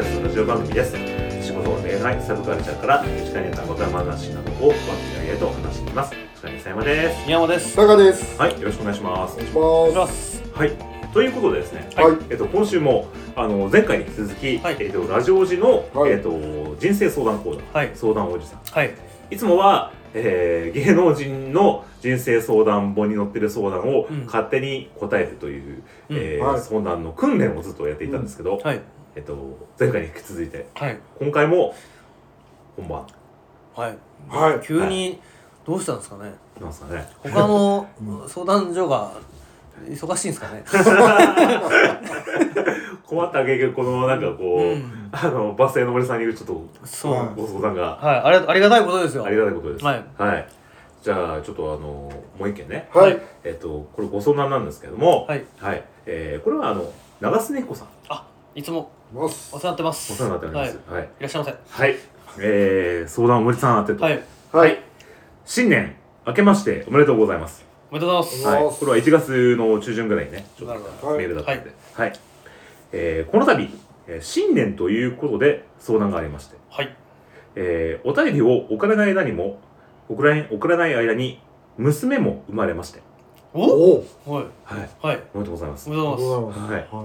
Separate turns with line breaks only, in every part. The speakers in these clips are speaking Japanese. です仕事恋愛サブカルチャーから身近にあったことや話などを分け合いと話しています近西山です
宮本です。
タカです。
はいよろしくお願いします
お
お
願
願
い
い
し
し
ま
ます。
はいということでですね、
はい
えっと、今週もあの前回に引き続き、
はい
えっと、ラジオ時の、
はい
えっと、人生相談コーナー、
はい
相談おじさん
はい。
いつもは、えー芸能人の人生相談本に載ってる相談を
うん
勝手に答えるという、
うん
えー
はい
相談の訓練をずっとやっていたんですけど、
はい。
えっと、前回に引き続いて
はい。
今回も本番
はい。
す。はい。
急に、どうしたんですかね。
なんですかね
他の相談所が忙しいんですかね。
困った結局このなんかこう、
うん。
あのバスへの森さんにちょっと
そう。
は
ご相談が
はい。ありがありがたいことですよ。
ありがたいことです
はい。
じゃあちょっとあのもう一件ね
はい。
えっとこれご相談なんですけども
はい。
はい、えーこれはあの長須根彦さん
あ、いつも
ます
お世話になってます。
お世話になっております
はい。
はい
いらっしゃいませ。
はい、えー、相談を森さん宛てと、
はい。
はい。
新年明けましておめでとうございます、
おめでとうござい
おめでとうござ
ま
い
はい
ます、
これは1月の中旬ぐらいにねちょっ
なるほ
と
ど
メールだったんで、はいえーこの度えー新年ということで相談がありまして、
す。はい。
えーお便りを送らない間にも送らない送らない間に娘も生まれまして
お
おお。
はい。
はい
はい。
おめでとうございます
おめでとうございま
ございます。は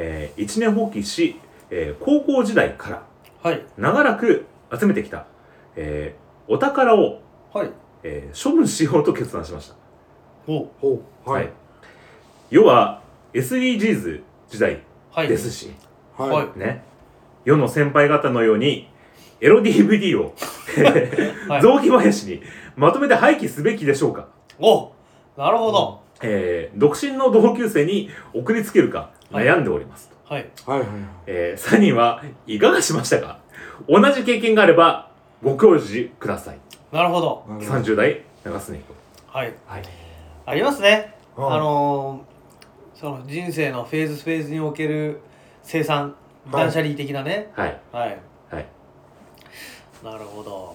えー一年放棄し、えー高校時代から
す。はい。
長らく集めてきた、えーお宝を、
はい。
えー処分しようと決断しました
お
い。ほう。
は
はいい。。
要は SDGs 時代
はい。
ですし、
はい。
はい。
ね。世の先輩方のように、エロ DVD を、
はい
雑木林にまとめて廃棄すべきでしょうか、
おなるほど。
えー独身の同級生に送りつけるか
はい
悩んでおります。
はい。
はい。はい。
えー、3人はいかがしましたか同じ経験があれば、ご教示ください。
なるほど。
はい。
30代、長須根彦。
はい。
はい。
ありますね。
はい
あのー、その人生のフェーズフェーズにおける生産
はい
断捨離的なね
はい。
はい、
はい。
なるほど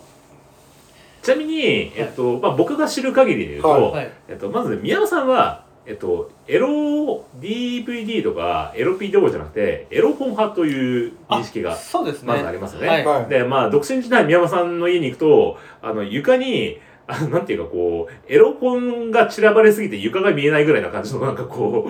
ちなみに、えっと、まあ、僕が知る限りで言うと、
はい
はい
えっと、まず宮野さんは、えっと、エロ DVD とかエロ p 動画じゃなくてエロ本派という認識が
そうですね
まずありますよね
はい、
はい
でまあ独身時代宮野さんの家に行くとあの床にあのなんていうかこうエロ本が散らばれすぎて床が見えないぐらいな感じのなんかこ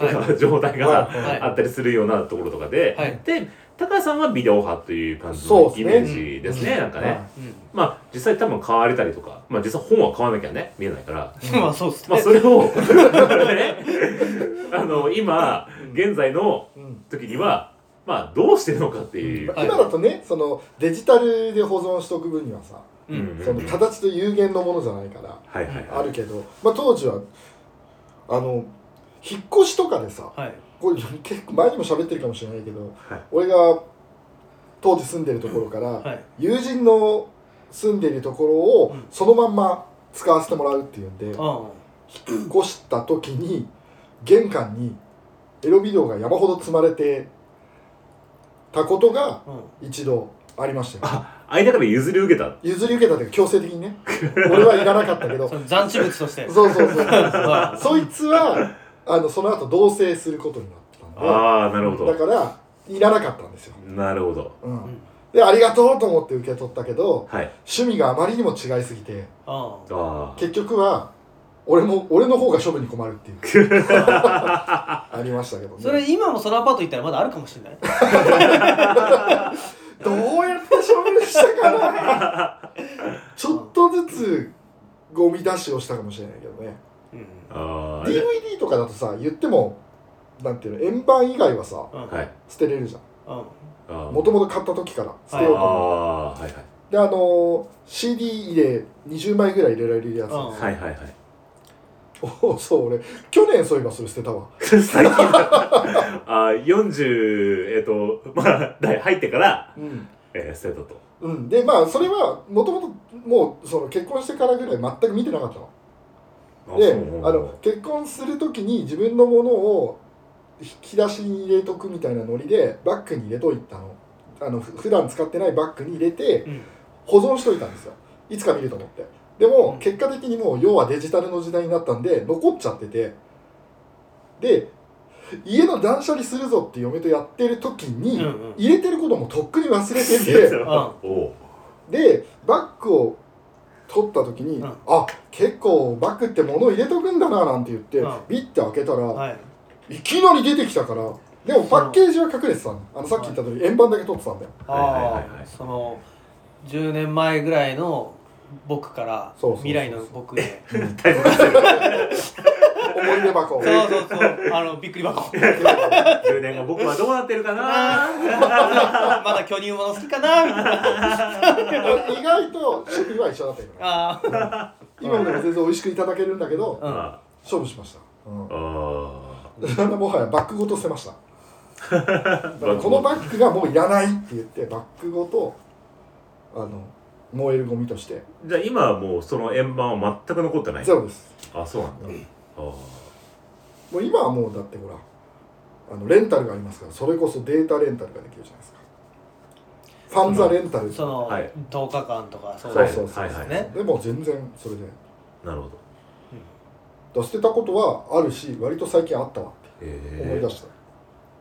う、
は
状態が、
はい
あったりするようなところとかで、
はい
で高橋さんはビデオ派という感じ
そう
の
ですね
イメージですね
うん
なんかね、
う
まあ実際多分買われたりとかまあ実際本は買わなきゃね見えないから
ん、 まあそうですね、
まあそれをね あの今現在の
うん
時にはまあどうしてるのかっていう、
はい
今だとね、そのデジタルで保存しておく分にはさ、
うん
うん
その形と有限のものじゃないから
はいはい
あ
はい
るけど、まあ当時はあの引っ越しとかでさ、
はい
これ結構前にも喋ってるかもしれないけど
はい
俺が当時住んでるところから、
はい
友人の住んでるところを
うん
そのまんま使わせてもらうっていうんで、
うんは
引っ越した時に玄関にエロビデオが山ほど積まれてたことが一度ありましたよ
間から譲り受けた
譲り受けたというか強制的にね 俺はいらなかったけど
う、
そうん
その残地物 として
そうそうそう
は
そいつはあのその後同棲することになっ
ああなる
た
ほ
んでだ
ど
からいらなかったんですよ、
なるほど
う、
いうんん
でありがとうと思って受け取ったけど
はい
趣味があまりにも違いすぎて
あ
あ
結局は俺も俺の方が処分に困るっていうありましたけどね
それ今もそのアパート行ったらまだあるかもしれない
どうやって処分したかなちょっとずつゴミ出しをしたかもしれないけどね
うん
あああ
DVD とかだとさ言ってもなんていうの円盤以外はさ
うん
はい
捨てれるじゃ
うん
あ
んもともと買った時から捨て
あ
ようと思う
あはいはい
であのー CD 入れ20枚ぐらい入れられる やつ、
うん
はいはいはい
おそう俺去年そういえばそれ捨てたわ
最近ああ40えっとまあだい入ってから、
うん
えー、捨てたと
うん、でまあそれはもともともうその結婚してからぐらい全く見てなかったの
あ
で
そう
あの結婚する時に自分のものを引き出しに入れとくみたいなノリでバッグに入れといたのあのふ普段使ってないバッグに入れて
うん
保存しといたんですよいつか見ると思ってでも
うん
結果的にもう要はデジタルの時代になったんで残っちゃっててで家の断捨離するぞって嫁とやってる時に、
うんうん
入れてることもとっくに忘れてて
おう
でバッグを取った時に、
うん
あ結構バッグって物を入れとくんだななんて言って、
うん
ビッて開けたら、
はい
い、きなり出てきたからでもパッケージは隠れてたのあのさっき言った通り円盤だけ取ってたんだよ
はい
あ
はいはいは
あ
い
その10年前ぐらいの僕から
そうそうそう
未来の僕へ
タイムカプセル
思い出
そ
箱
うそうそうあのびっくり箱
10年後僕はどうなってるかな
まだ巨乳もの好きかなみたいな
意外と処理は一緒だったよね
あー
今もでも全然美味しくいただけるんだけど、
うん
あ
勝負しました、うん
あ
そんなもはやバッグごと捨てましただからこのバッグがもういらないって言ってバッグごとあの燃えるゴミとして
じゃあ今はもうその円盤は全く残ってない
ゼロです
あそうなんだあー
もう今はもうだってほらあのレンタルがありますからそれこそデータレンタルができるじゃないですかファンザレンタル、
その
はい
10日間とかそう
そう
で
はい
す
そうそう
はいはい
ね
でも全然それで
なるほど
だ捨てたことはあるし割と最近あったわって思い
え
出
え
した、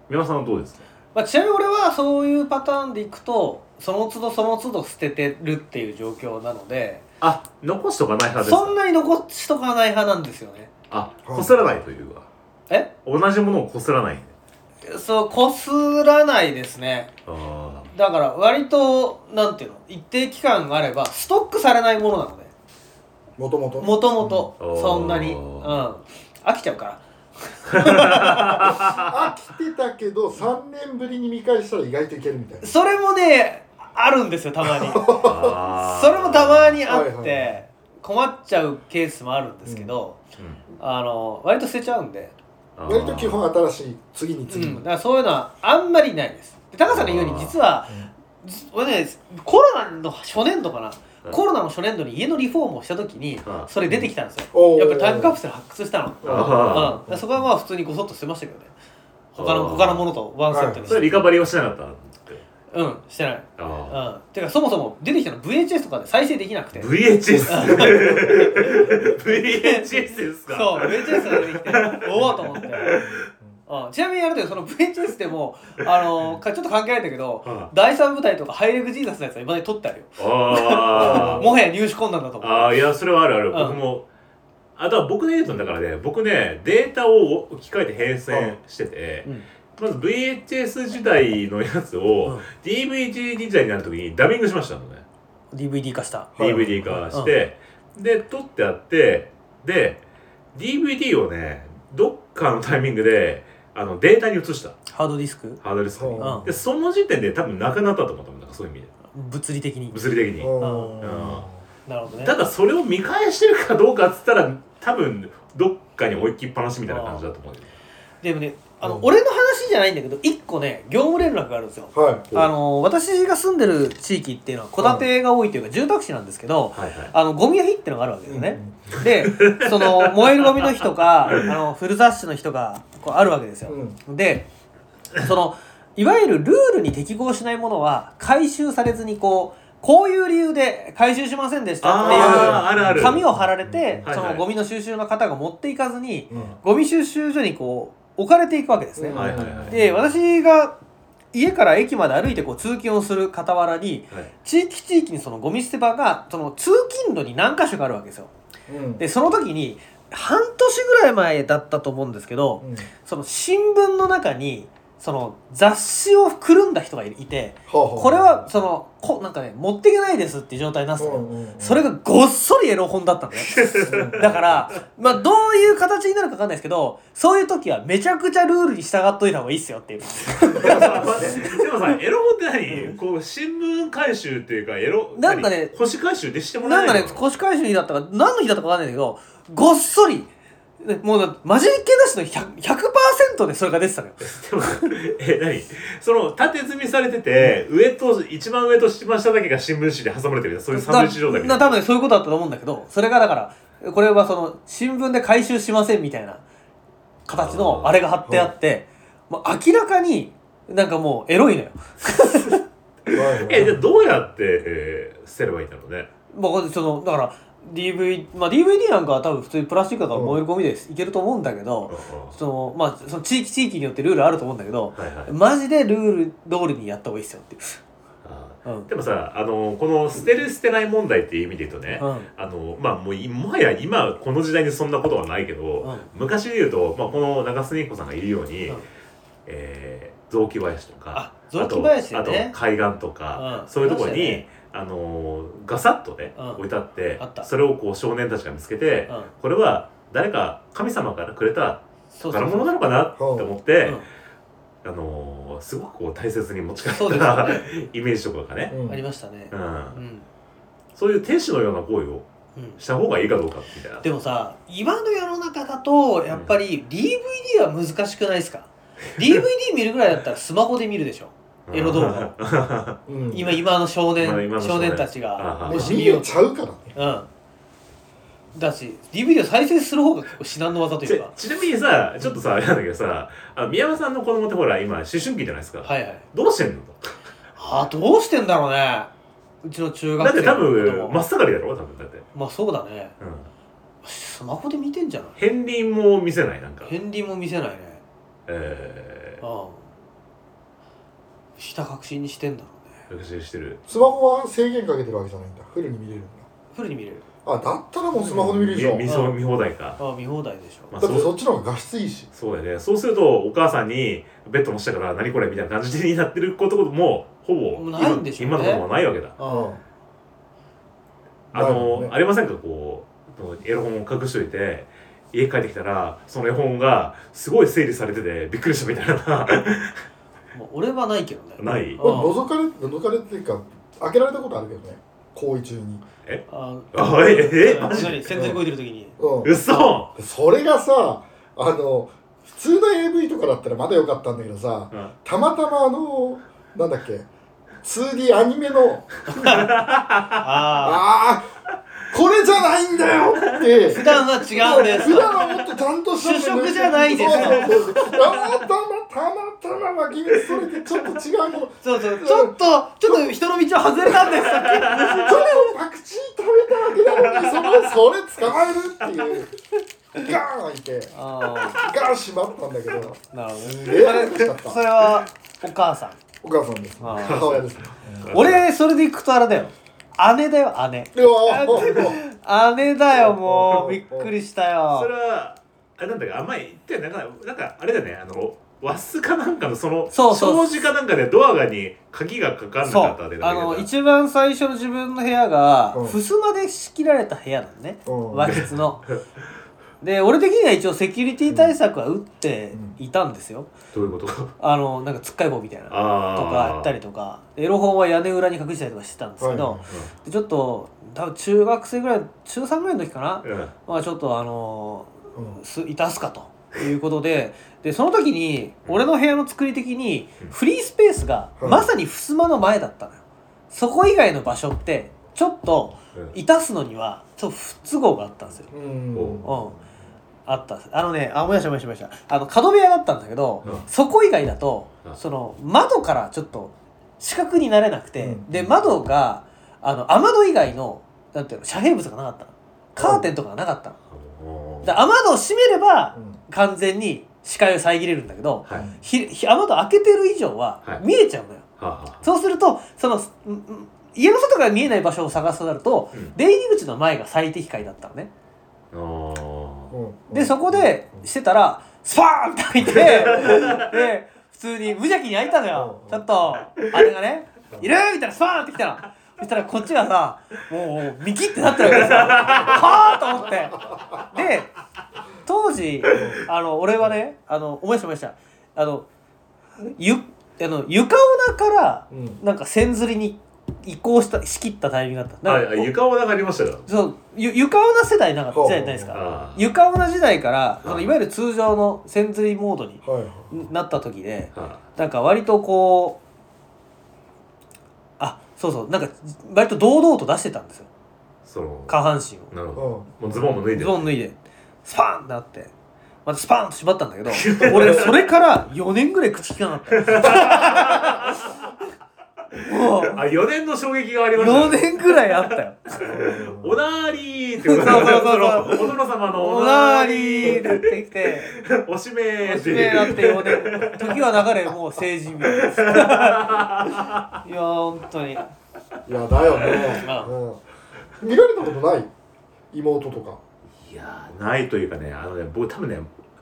三輪さんはどうですか
まあ、ちなみに俺はそういうパターンでいくとその都度その都度捨ててるっていう状況なので
あ残しとかない派ですか
そんなに残しとかない派なんですよね
あこすらないというか
え
同じものをこすらない
そうこすらないですね
あ
だから割となんていうの一定期間があればストックされないものなので
もともと
もともと
うん
そんなにう
あ
ん
ー
飽きちゃうから
飽きてたけど3年ぶりに見返したら意外といけるみたいな
それもねあるんですよたまに
ー あー
それもたまにあって、
はいはい
困っちゃうケースもあるんですけど、
うん
あの割と捨てちゃうんで
あー
割と基本新しい次に次に、
うん、だからそういうのはあんまりないですで高さんの言うように実はず俺ねコロナの初年度かな、
うん
コロナの初年度に家のリフォームをした時に
うん
それ出てきたんですよ、
おー
やっぱりタイムカプセル発掘したの、うん、だ
あ
からそこはまあ普通にごそっと捨てましたけどね他の
あー
他のものとワンセットに
ー
して、
それリカバリーをしなかったって
うんしてない
あ
うん、てかそもそも出てきたの VHS とかで再生できなくて
ー VHS VHS ですか
そう VHS が出てきておお と思って、うん、ちなみにあれだよその VHS でもあのかちょっと関係ないんだけど
あ
第三部隊とかハイレグジーザスのやつは今まで撮ってあるよ
あー
もはや入手困難だと思う
あーいやそれはあるある
ん
僕もあとは僕で言うとだからね僕ねデータを置き換えて変遷してて
うん
まず VHS 時代のやつを DVD 時代になる時にダビングしましたのね
DVD 化した
はい
DVD 化して、で撮ってあってで DVD をねどっかのタイミングであのデータに移した
ハードディスク
ハードディスクに
うん
でその時点で多分なくなったと思ったもんだからそういう意味で
物理的に
物理的に
あ
なるほどね
ただそれを見返してるかどうかっつったら多分どっかに置いきっぱなしみたいな感じだと思うよ
でもねあの、
うん
俺の話じゃないんだけど一個ね業務連絡があるんですよ
ーはい
あの私が住んでる地域っていうのは戸建てが多いというか住宅地なんですけど、
はいはい
あのゴミの日ってのがあるわけですね、でその燃えるゴミの日とかあのフル雑誌の日とかこうあるわけですよ、
うん
でそのいわゆるルールに適合しないものは回収されずにこうこういう理由で回収しませんでしたって
あーあるあ
い
る
う紙を貼られて
うんはい
そ
はい
のゴミの収集の方が持っていかずに
うん
ゴミ収集所にこう置かれていくわけですね。
はいはいはい
で私が家から駅まで歩いてこう通勤をする傍らに
はい
地域地域にそのゴミ捨て場がその通勤路に何箇所かあるわけですよ。
うん
でその時に半年ぐらい前だったと思うんですけど、
うんは
その新聞の中にその雑誌をくるんだ人がいて
あはあ
これはそのこなんかね持っていけないですっていう状態になってたのよそれがごっそりエロ本だったのね だからまあどういう形になるかわかんないですけどそういう時はめちゃくちゃルールに従っといた方がいいっすよっていう
でもさ待ってでもさエロ本って何こう新聞回収っていうかエロ
なんかね
何腰回収でしてもら
な
え
ん
な
か
いの
ね腰回収日だったか何の日だったかわかんないんだけどごっそりねもうな混じりっ気なしの 100%, 100でそれが出てたのよ
でもえ何その縦積みされてて、上と一番上と一番下だけが新聞紙で挟まれてるみたいなそういうサンドイッチ状態みた
ない
な
多分そういうことだったと思うんだけどそれがだからこれはその新聞で回収しませんみたいな形のあれが貼ってあってもう明らかになんかもうエロいのよ
はいはい
えじゃあどうやって、えー捨てればいいんだろうね
もうそのだから DVD、まあ、DVD なんかは多分普通にプラスチックだから燃えるゴミです、いけると思うんだけど、そのまあその地域地域によってルールあると思うんだけど
はいはい
マジでルール通りにやった方がいいっすよっていう、
あ
うん
ーでもさあのこの捨てる捨てない問題っていう意味で言うとね、
うん
あのまあもういもはや今この時代にそんなことはないけど、
うん
昔で言うと、まあ、この長須彦さんがいるように、
うん
えー雑木林とか
あ雑木林ね
あとあと海岸とか、
うん
そういうところに、
ありまし
あのーガサッとね、
うん
置いてあって
あった
それをこう少年たちが見つけて、
うん
これは誰か神様からくれた
そうそう
宝物なのかなって思って、
うん
あのーすごくこう大切に持ち帰っ
そうです
た、
よね
イメージとかがね、
うん
ありましたね
う、
うんん、
そういう天使のような行為を
うん、
した方がいいかどうかみたいな。
でもさ今の世の中だとやっぱり DVD は難しくないで すか DVD 見るぐらいだったらスマホで見るでしょエロ動画
画
うん
今今の少年
まあ今の少
少
年
年たちが
あ
も
も
し
う
見
見
よう
え
と
ちゃうからね
うんだし DVD を再生する方が結構至難の技とい
ち
うか
ちなみにさちょっとさあれなんだけどさあ宮本さんの子供ってほら今思春期じゃないですか、
はいはい
どうしてんの
あどうしてんだろうねうちの中
だっ
学
て
生
多
の
分
子
真
ま
っ盛りだろ多分だって、
まあそうだね
うん、
スマホで見てんじゃない
片鱗も見せないなんか
片鱗も見せないね
え
うんひた隠しにしてんだろう
ー、
ね
学習してる
スマホは制限かけてるわけじゃないんだフルに見れるんだ
フルに見れる
あだったらもうスマホで見れるじゃん、
見
だ
見そう見放題か、
あ見放題でしょ
まあ、
って
そ
そうっちの方が画質いいし
そうだよねそうするとお母さんにベッドの下から何これみたいな感じになってることもほぼ今
ないんでしょうね
今のこともないわけだ
うん
あの、
ないよね
ありませんかこう絵本を隠しといて家帰ってきたらその絵本がすごい整理されててびっくりしたみたいな
もう俺はないけどね
ない
あー
覗かれ覗かれてるか開けられたことあるけどね行為中に
あ
あええマジ
何戦闘動いてる時に
う
嘘
んそれがさあの普通の AV とかだったらまだ良かったんだけどさ
うん
たまたまあのなんだっけ 2D アニメの
あ
ああこれじゃないんだよって
あ普段は違うんです
普段はもっとちゃんとしたの
主
に
食じゃないです
そうそうそうたまたまたまたま脇道それてちょっと違うもの
そうそうちょっとちょっと人の道を外れたんですさっき
それをパクチー食べたわけなのにそれそれ捕まえるっていうガーン開いて
あ
ガーン閉まったんだけど
あなるほどね
すげえ恥ずかしか
そ
った
れはお母さん
お母さんです
あー
母親です
俺それでいくとあれだよ姉だよ姉
うわー
姉だよもうびっくりした
それ
よ
はあれなんだかあんまり言ってなんかなんかあれだねあの和室かなんかのその
そうそう
障子かなんかでドアがに鍵がかかんな
そ
かった
う
で
あ
だけど
の一番最初の自分の部屋が
うん
襖で仕切られた部屋なのね
うん
和室ので俺的には一応セキュリティ対策は打っていたんですよ
どういうことか
あのなんかつっかい棒みたいな
あ
と
あ
かやったりとかエロ本は屋根裏に隠したりとかしてたんですけど、
はい
でちょっと多分中学生ぐらい中3ぐらいの時かな、
うん
まあ、ちょっとあの
うん
すいたすかということででその時に俺の部屋の作り的に
うん
フリースペースが
うん
まさに襖の前だったのよそこ以外の場所ってちょっと
うん
いたすのにはちょっと不都合があったんですよ
うん
うんあったんですあのねあ思い出した思い出した思い出したあの角部屋だったんだけど、
うん
そこ以外だと、
うん
その窓からちょっと死角になれなくて、
うん
で窓があの雨戸以外のなんていうの遮蔽物がなかったのカーテンとかがなかったの、
うん
で雨戸を閉めれば
うん
完全に視界を遮れるんだけど
はいは
ひひ雨戸開けてる以上は
はい
見えちゃうのよ、
あは
そうするとそのんん家の外から見えない場所を探すとなると、
うん
出入り口の前が最適解だったのね
ああ
うん
でそこでしてたらスパーンって開いて で普通に無邪気に開いたのよ
うん
ちょっとあれがね「いる!」みたいなスパーンって来たのそしたらこっちがさもうミキってなってるわけ ですよはあと思ってで当時あの俺はねあの思い出した思い出したあのゆあの床女から
うん
なんか線ずりに移行した仕切ったタイミングだった
あ
なんか
床を流りましたよ
そうゆ床女世代なんか
ほう
世代ないですか
あー
床女時代から
うん
そのいわゆる通常の線ずりモードに
はいはい
なった時で
あ
なんか割とこうあそうそうなんか割と堂々と出してたんですよ
その
下半身を
なるほ
う
ども
ん
うズボンも脱いで
ズボン脱いでスパーンってなってまたスパーンと縛ったんだけど 俺それから4年ぐらい口利かなかった もう
あ、4年の衝撃がありましたね
4年ぐらいあったよ
おなーりーってこと
そうそうそう
そうお殿様の
おなーりーってなってきて
おしめーって
指名なってよね時は流れもう成人みたいですいや本当に
いやだよね
まあ、
うん、見られたことない妹とか
いやーないというかねあのね僕多分ね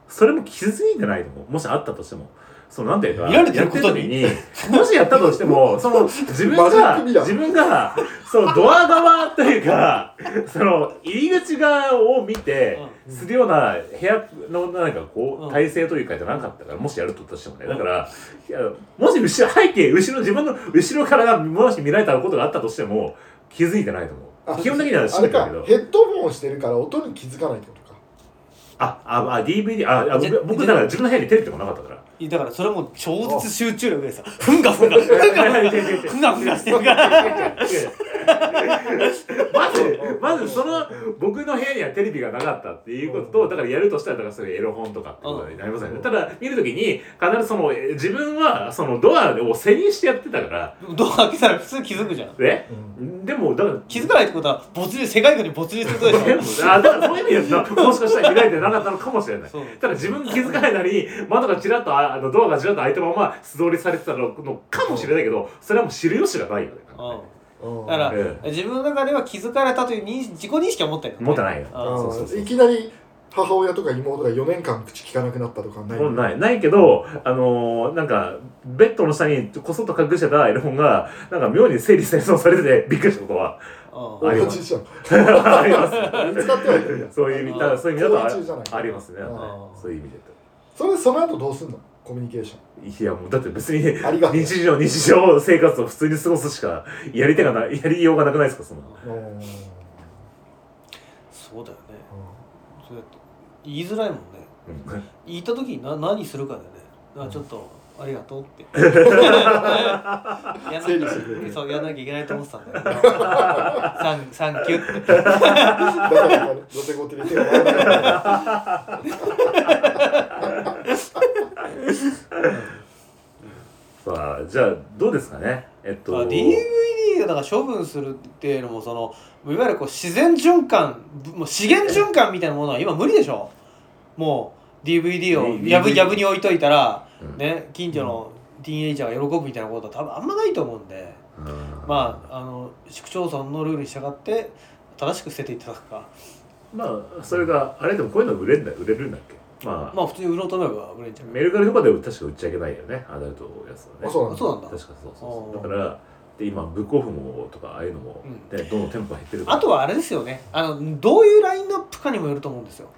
それも気づいてないと思うもしあったとしてもそのなんていうか
見られてることに
やってる時にもしやったとしてもその自分
マジ
が
ックミラー
自分がそのドア側というかその入り口側を見て
うん
するような部屋のなんかこ
うん
う体勢というかじゃなかったからもしやるとしてもねだからいやもし後ろ背景後ろ自分の後ろからがもし見られたことがあったとしても気づいてないと思
あ
う基本的には
あ
閉
れ
めてる
か
けど
ヘッドホンしてるから音に気づかないってことか
あ、あ、あ DVD、あ、あ
じゃ
僕、僕だから自分の部屋にテレビとかなかったから。
だからそれも超絶集中力でさふんがふんがふんがふんがふんがふんがしてるから
まず、まずその、僕の部屋にはテレビがなかったっていうことと、だからやるとしたら、だからそれエロ本とかってことになりますよ
う
ね。
ん
ただ、見るときに、必ずその、え自分は、そのドアを背にしてやってたから、
ドア開けたら普通気づくじゃん
ね
う。ん
でも、だから、
気づかないってことは没入世界観に没入することでしょ
あだからそういう意味ではもしかしたら見られてなかったのかもしれない
そう
ただ自分気づかないなり窓がちらっとああのドアがちらっと開いたまま素通りされてたのかもしれないけどそれはもう知る由がないよね
う
うん
んだから、
え
自分の中では気づかれたという認識自己認識は持ってる
持ってないよ
あ
そ
ー
うそうそう
いきなり母親とか妹が4年間口聞かなくなったとかない
もうないないけどあのーなんかベッドの下にこそっと隠してたエロ本がなんか妙に整理整頓されててびっくりしたことは
うん
あり
同
ます
じじゃん使
あります
ってはいるんだ
そういう意味だからそういう意味だ
行為中じゃない
とあありますね
うん
そういう意味で
それその後どうすんのコミュニケーシ
いやもうだって別に
ョンありがとう
日常日常生活を普通に過ごすしかやり手がなやりようがなくないですかその
うんうん
そうだよねそうやって言いづらいもんね
うん
言った時にな何するかだよねあちょっとありがとうって やんな
整理してくれる
そうやんなきゃいけないと思ってたんだけ どサンサンキューって
だからロテゴテで手が回らない
さあじゃあどうですかねえっと
まあ DVD をだから処分するっていうのもそのいわゆるこう自然循環もう資源循環みたいなものは今無理でしょもう DVD を
DVD
やぶやぶに置いといたら、
うん
ね、近所のティーンエイジャーが喜ぶみたいなことは多分あんまないと思うんで、
うん
まああの市区町村のルールに従って正しく捨てていただくか
まあそれがあれでもこういうの売れるんだ売れるんだっけまあ、
まあ普通に売ろうと思えば売れんじゃん
メルカリとかで確か売っちゃいけないよねアダルトやつはね
あそう
あそうなんだ
確かそうそう
あ
そうだ
ー
からで今ブックオフもとかああいうのも、
う
ねどんどん店舗減ってるから
あとはあれですよねあのどういうラインナップかにもよると思うんですよ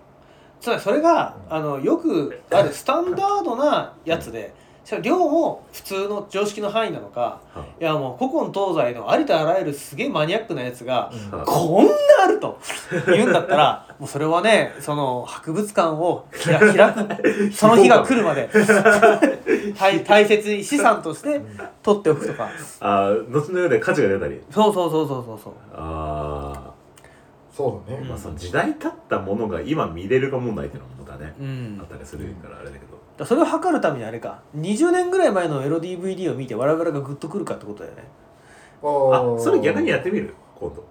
つまりそれがあのよくあるスタンダードなやつでそれ量も普通の常識の範囲なのか
はい
やもう古今東西のありとあらゆるすげえマニアックなやつが
うん
こんなあると言うんだっ たらもうそれはねその博物館を開開くその日が来る まで大大切に資産として取っておくとか
あー後の世で価値が出たり
そうそうそうそうそうそう
あ
そうだ
あ、
ね
まあその時代経ったものが今見れるか問題っていうのもまたね、
うん
あったりするからあれだけど
だからそれを測るためにあれか20年ぐらい前のエロ DVD を見て我々がグッとくるかってことだよね
あそれ逆にや
っ
ってみる今度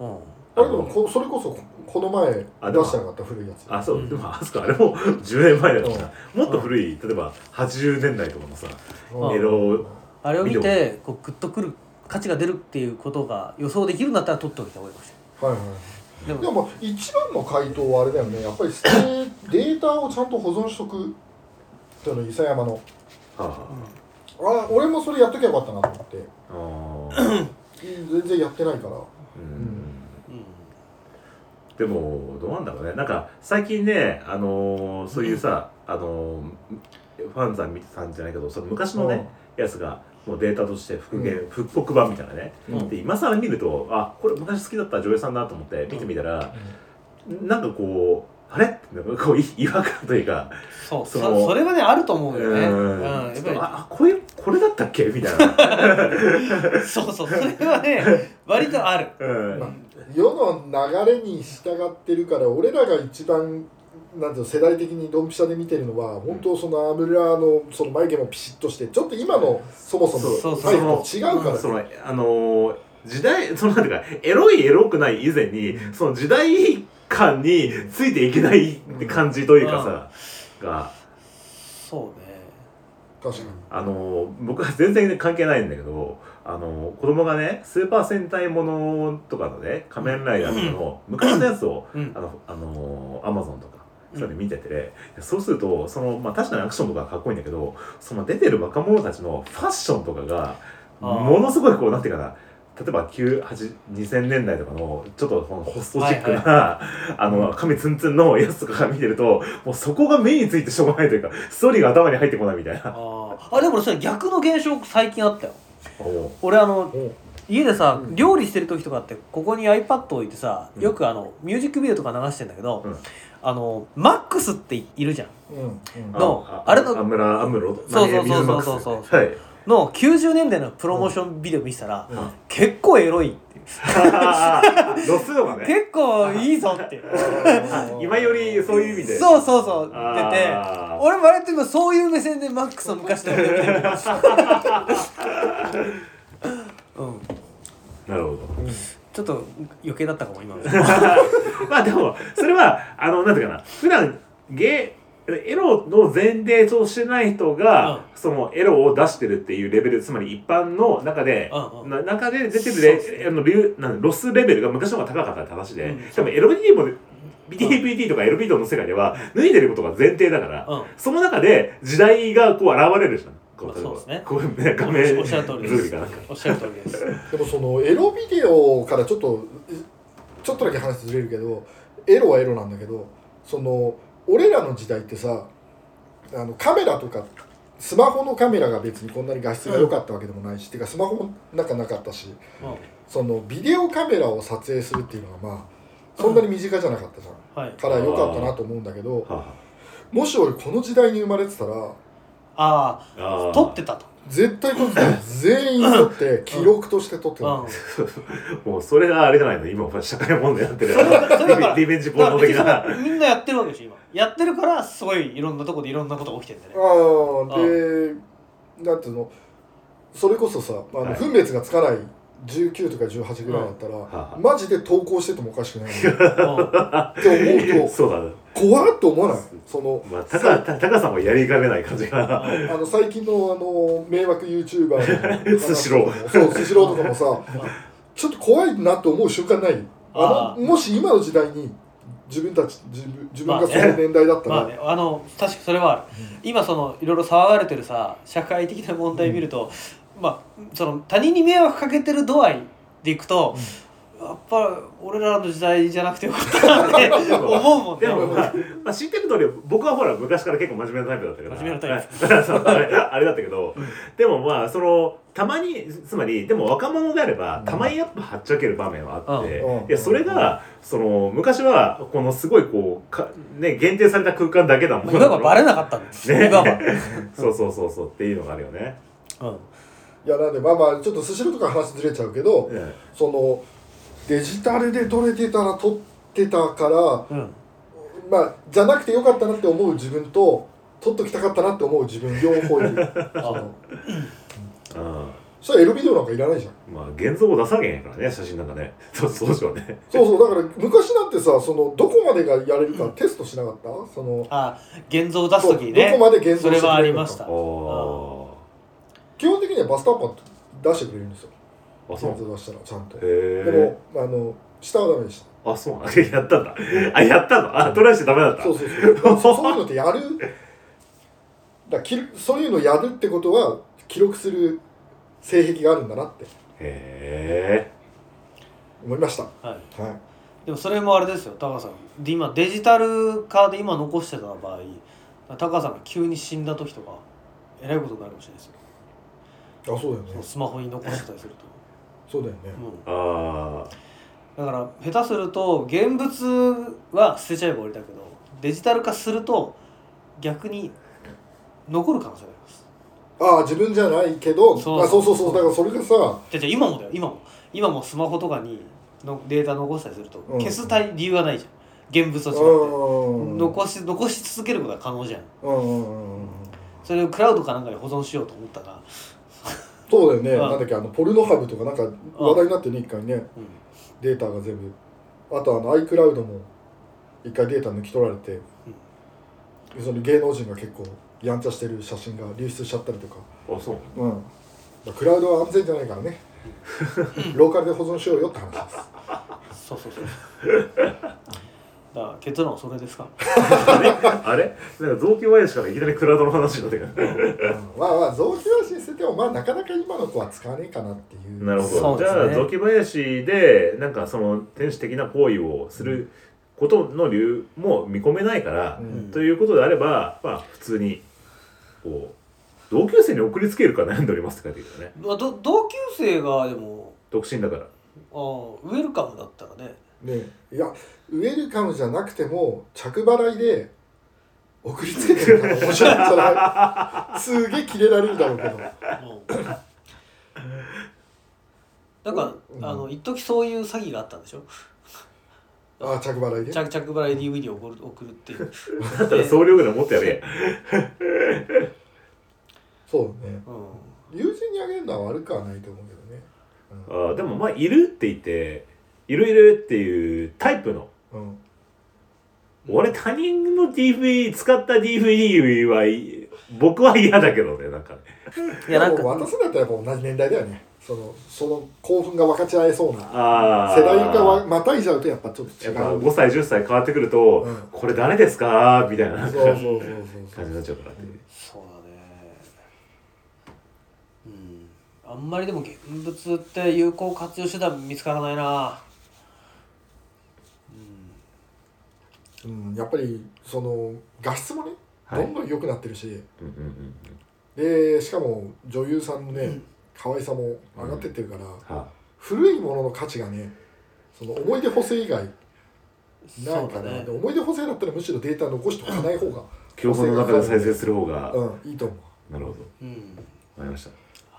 うん
あれでもこそれこそこの前出
あでも
してなかった古いやつ
あそう、
うん
でもあそこあれも 10年前だからさ、もっと
うん
古い例えば80年代とかのさ、
うん
エロ
あれを見
見て
てこうグッとくる価値が出るっていうことが予想できるんだったら取っておいた方がいいかもし
はいはい
れないで
で
も
も一番の回答はあれだよねやっぱり捨てデータをちゃんと保存しとくっていうの伊佐山の
は
あ俺もそれやっときゃよかったなと思って
あ、あー
全然やってないから
うん
うん
でもどうなんだろうねなんか最近ねあのーそういうさ、あのーファンさん見てたんじゃないけどその昔のね、やつがもうデータとして復元、復刻版みたいなね、
うん
で今更見るとあこれ昔好きだった女優さんだと思って見てみたら、なんかこうあれってなんかこうい 違和感というか
そう
そ
そ
の
それはねあると思うよねうん
うん
やっ
ちょっと
ぱ
あこれこれだったっけみたい な、
りそうそうそれはね割とある
うん
まあ世の流れに従ってるから俺らが一番なんていうの世代的にドンピシャで見てるのは本当そのアムラのその眉毛もピシッとしてちょっと今のそもそ
そう
も
そう
タイプと違うから
そのあのー時代 そのなんていうかエロいエロくない以前に、その時代感についていけないって感じというかさ、が
そうね
確かに
あのー僕は全然関係ないんだけどあのー子供がねスーパー戦隊ものとかのね仮面ライダーとかの昔のやつを
うん
あの、あのアマゾンとか、
うん
そういうの見てて、そうすると、その、まあ、確かにアクションとかかっこいいんだけど、その出てる若者たちのファッションとかが、
あー
ものすごいこう、なんていうかな、例えば9、8、2000年代とかの、ちょっとこのホストチックな、 あの、髪ツンツンのやつとか見てると、もうそこが目についてしょうがないというか、ストーリーが頭に入ってこないみたいな。
あーあでもそれ逆の現象最近あったよ
お
俺あの
おう
家でさ、
うん
料理してる時とかってここに iPad 置いてさ
うん
よくあの、ミュージックビデオとか流してんだけど、
うん
あのマックスっているじゃん
うんうん
のあれの
アムラ、アムロ、
そうそうそうそう
何ミズマックス
そうそう
はい。
の90年代のプロモーションビデオ見てたら、
うん
結構エロいってい う
ロスのがね、
結構いいぞっ ていう
今よりそういう意味で。
そうそうそう出て
あー
俺割と今そういう目線でマックスの昔のビデオ 見てるうん
なるほど。
うん
ちょっと余計だったかも 今の
まあでもそれはあのなんていうかな普段ゲエロの前提としてない人が、
うん
そのエロを出してるっていうレベルつまり一般の中で、
うんうん
な中で出てる
そう
レあの流なんロスレベルが昔の方が高かったって話で、
うん
でもエロビディも BTPT とかエロビデオの世界では脱いでることが前提だから、
うん
その中で時代がこう現れるじゃん。こ
まあそうですね
こうね画面
おっしゃる通りで
ズー
す
ムか なんか
おっしゃる通りです
でもそのエロビデオからちょっとちょっとだけ話ずれるけどエロはエロなんだけどその俺らの時代ってさあのカメラとかスマホのカメラが別にこんなに画質が良かったわけでもないし、てかスマホもなんかなかったし
うん
そのビデオカメラを撮影するっていうのはまあそんなに身近じゃなかったじゃん
はい
から良かったなと思うんだけど
は
もし俺この時代に生まれてたら
あ
あは
あ
あ
撮ってたと
絶対撮ってた全員撮って記録として撮ってた、
うん
もうそれがあれじゃないの今社会問題になってる
それが
リベンジポ
だ
ー
から
の
別に
的
そ
な
れみんなやってるわけでしょ今やってるからすごいいろんなとこでいろんなことが起きてるんだね
ああでなんていうのそれこそさあの、
はい
分別がつかない19とか18ぐらいだったら、
はあ
マジで投稿しててもおかしくな いっ
うん
て思うと
そうだね、
怖っと思わないその
まあ、タカタタカさんもやりかねない感じ
あ
が
あの最近のあの迷惑 YouTuber の
スシロー
そうスシローとかもさちょっと怖いなと思う瞬間ないあ
あ
のもし今の時代に自分たち自分自分がその年代だったら、
まあねあの確かにそれはある
うん
今そのいろいろ騒がれてるさ社会的な問題見ると、まあその他人に迷惑かけてる度合いでいくと、やっぱ俺らの時代じゃなくてよかった なって思うもんね
でも、まあまあ、知ってる通り僕はほら昔から結構真面目なタイプだったから
真面目なタイ
プ あれあれだったけど、でもまあそのたまにつまりでも若者であればたまにやっぱはっちゃける場面はあって、
うん
いやそれがその昔はこのすごいこうか、ね、限定された空間だけだもん
まあいわばバレなかったん です、
ね
いわば、
そうそうそうそうっていうのがあるよね、
うん
いやなんでまあまあちょっとスシローとか話ずれちゃうけど、
うん
そのデジタルで撮れてたら撮ってたから
うん、
まあじゃなくてよかったなって思う自分と撮っときたかったなって思う自分両方い る
あの
うん
それエロビデオなんかいらないじゃん
まあ現像を出さなきゃいけないからね写真なんかね そうそうでしょうね
そうそうだから昔なんてさそのどこまでがやれるかテストしなかったその
あ現像を出す
そう
時に
ど
ね
こまで現
そ
像してくれ
れ
るの
は
か
ありました
ああ
基本的にはバスターパン出してくれるんですよ
あ
現
そう
像出したらちゃんと
へえ
でもあの下はダメでした
あそうなんだ やったんだあやったのあトライしてダメだった
そうそうそうそうそういうのってやるだからきそういうのやるってことは記録する性癖があるんだなって
へ
思いましたは
はい、
い
でもそれもあれですよタカさんで今デジタル化で今残してた場合タカさんが急に死んだ時とかえらいことになるかもしれないですよ
あそうだよ
そ
ね
のスマホに残してたりすると。
そうだよね
うん
えああ
だから下手すると現物は捨てちゃえば俺だけどデジタル化すると逆に残る可能性があります
ああ自分じゃないけど
そう
あそうそうそうだからそれがさ
じゃあじゃあ今もだよ今も今もスマホとかにのデータ残したりすると
うん
消すたい理由がないじゃん、現物を違って
残
残し残し続けることが可能じゃん
うん
それをクラウドかなんかに保存しようと思ったら、
そうだよね、
うん
なんだっけあのポルノハブとかなんか話題になってね一回ね
うん、
データが全部あとあの iCloud も一回データ抜き取られて、その芸能人が結構やんちゃしてる写真が流出しちゃったりとか、
あそう
うん、クラウドは安全じゃないからねローカルで保存しようよって話です
そうそうそう だから結論はそれですか
あれなんか雑巾林からいきなりクラウドの話になってくる
うんまあまあ雑木林に捨ててもまあなかなか今の子は使わねえかなっていう
なる
そ
ほど、
う
じ
ですね
ゃあ雑巾林でなんかその天使的な行為をすることの理由も見込めないから
う、ん
ということであればまあ普通にこう同級生に送りつけるか悩んでおりますって書いてあるけどね
まあ、ど同級生がでも
独身だから
あーウェルカムだったらね
ねえいやウェルカムじゃなくても着払いで送りつけてるから面白いんじゃ ないすげえキレられるだろうけど
もうなんか、
うん
あの一時そういう詐欺があったんでしょ
ああ着払いで
着着払い DVD を送る送るっていう
だったら送料ぐらい持ってや れ
そうだね
うん
友人にあげるのは悪くはないと思うけどね
あーでもまあいるって言っているいるっていうタイプの
うん
俺他人の DVD 使った DVD はい僕は嫌だけどねなんかね
いやなん
でも
か
渡すんだったらやっぱ同じ年代だよねそのその興奮が分かち合えそうな
ああ
世代がわまたいじゃうとやっぱちょっと違
や
う
っぱ5歳10歳変わってくると、
うん
これ誰ですかみたいななんか
そうそうそうそう
感じになっちゃうからっていう
そうだねうんあんまりでも現物って有効活用手段見つからないな
そう、うん、やっぱりその画質もね
はい
どんどん良くなってるし、
うんうんうん
でしかも女優さんのね、可愛さも上がってってるから、
うんは
古いものの価値がねその思い出補正以外な
そ
いうか
だ
ら、
ね
で思い出補正だったらむしろデータ残しておかない方が、
競争の中で再生する方が、
うん、いいと思
なるほど
うん
わかりまし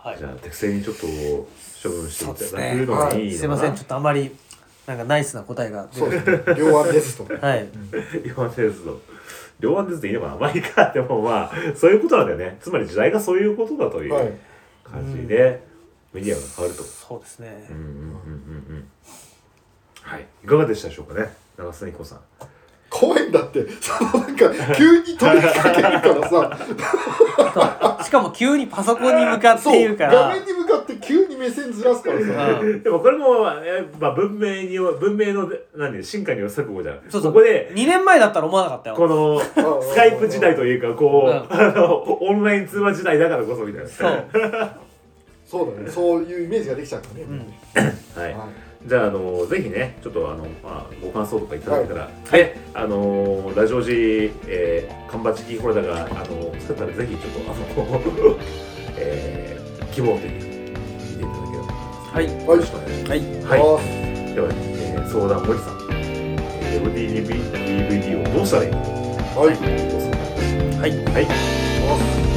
た
はい
じゃあ適正にちょっと処分していただ
そう
く
です
のがいいのかな、
すいませんちょっとあまりなんかナイスな答えが
うそうですね両腕ですと
はい
両腕鉄道両腕鉄道いいのかなまあいいかでもまあそういうことなんだよねつまり時代がそういうことだとい
は
う
い
感じで、メディアが変わると
そうですね
うんうんうんうんうんはいいかがでしたでしょうかね長瀬彦さん
怖いんだってそのなんか急に取りかけるからさ
そうしかも急にパソコンに向かってい
そう
るから
画面に向かって急に目線ずらすからさ
うん
でもこれも、えーまあ、文明によ文明の何進化による錯誤じゃん
そうそう
ここで
2年前だったら思わなかった
こ
よ
の
うん
スカイプ時代というかこう、
う
あのオンライン通話時代だからこそみたいな
そう
そうだねそういうイメージができちゃったね、
ん
はい
はい
じゃあ、あのぜひね、ちょっとあの、まあ、ご感想とかいただけたら、で、あのラジオ時、えー、缶バッチキーホルダーが、あの作ったら、ぜひちょっと、あの、 えー、希望という見ていただければと思います。
はい
よろしくお願いし
はい
ます。はい、
は
では、えー、相談森さん、えー、MD DVD をどうしたらいいのか、
い。はい。
ご相談
はい
はい。
はい